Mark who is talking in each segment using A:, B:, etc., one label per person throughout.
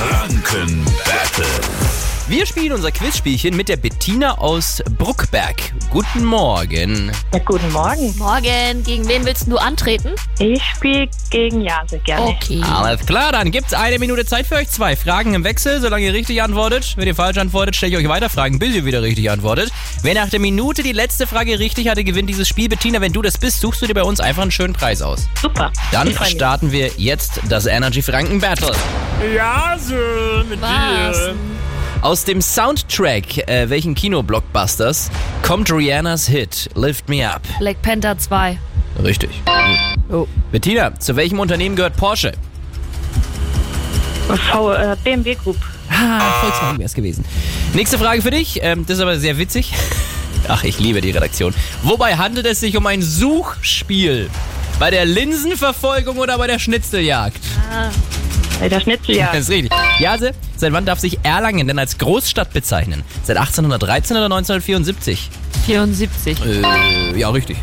A: Franken Battle.
B: Wir spielen unser Quizspielchen mit der Bettina aus Bruckberg. Guten Morgen.
C: Ja, guten Morgen.
D: Morgen, gegen wen willst du antreten?
C: Ich spiele gegen Jase gerne.
D: Okay.
B: Alles klar, dann gibt's eine Minute Zeit für euch. Zwei Fragen im Wechsel, solange ihr richtig antwortet. Wenn ihr falsch antwortet, stelle ich euch weiter Fragen, bis ihr wieder richtig antwortet. Wer nach der Minute die letzte Frage richtig hatte, gewinnt dieses Spiel. Bettina, wenn du das bist, suchst du dir bei uns einfach einen schönen Preis aus.
C: Super.
B: Dann
C: Ich freu mich.
B: starten wir jetzt das Energy Franken Battle.
D: Was?
B: Aus dem Soundtrack äh, welchen Kinoblockbusters kommt Rihannas Hit Lift Me Up?
D: Black Panther 2.
B: Richtig.
D: Oh.
B: Bettina, zu welchem Unternehmen gehört Porsche?
C: V, äh, BMW Group.
B: Ah, Volkswagen wäre es gewesen. Nächste Frage für dich. Ähm, das ist aber sehr witzig. Ach, ich liebe die Redaktion. Wobei handelt es sich um ein Suchspiel? Bei der Linsenverfolgung oder bei der Schnitzeljagd?
C: Bei der Schnitzeljagd.
B: Das ist richtig. Jase, seit wann darf sich Erlangen denn als Großstadt bezeichnen? Seit 1813 oder 1974?
D: 74.
B: Äh, ja, richtig.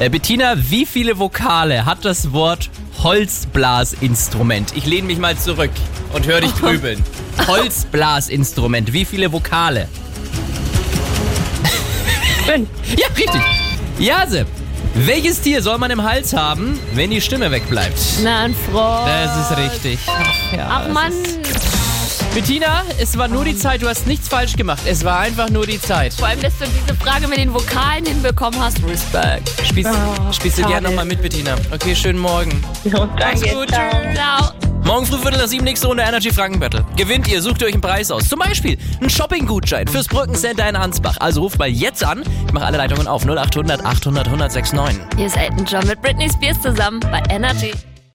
B: Äh, Bettina, wie viele Vokale hat das Wort Holzblasinstrument? Ich lehne mich mal zurück und höre dich grübeln. Holzblasinstrument, wie viele Vokale?
C: Fünf.
B: Ja, richtig. Jase, welches Tier soll man im Hals haben, wenn die Stimme wegbleibt?
D: Na, ein Frosch.
B: Das ist richtig.
D: Ach Mann.
B: Bettina, es war nur die Zeit, du hast nichts falsch gemacht. Es war einfach nur die Zeit.
D: Vor allem, dass du diese Frage mit den Vokalen hinbekommen hast. Respekt.
B: Spielst,
C: Oh,
B: spielst du
C: schade.
B: gerne nochmal mit, Bettina? Okay, schönen Morgen.
C: Und danke.
B: gut.
C: Ciao.
D: Ciao.
B: Morgen früh Viertel nach sieben, nächste Runde Energy Franken Battle. Gewinnt ihr, sucht ihr euch einen Preis aus. Zum Beispiel einen Shopping-Gutschein fürs Brückencenter in Ansbach. Also ruft mal jetzt an. Ich mache alle Leitungen auf. 0800 800 1069.
D: Hier ist Elton John mit Britney Spears zusammen bei Energy.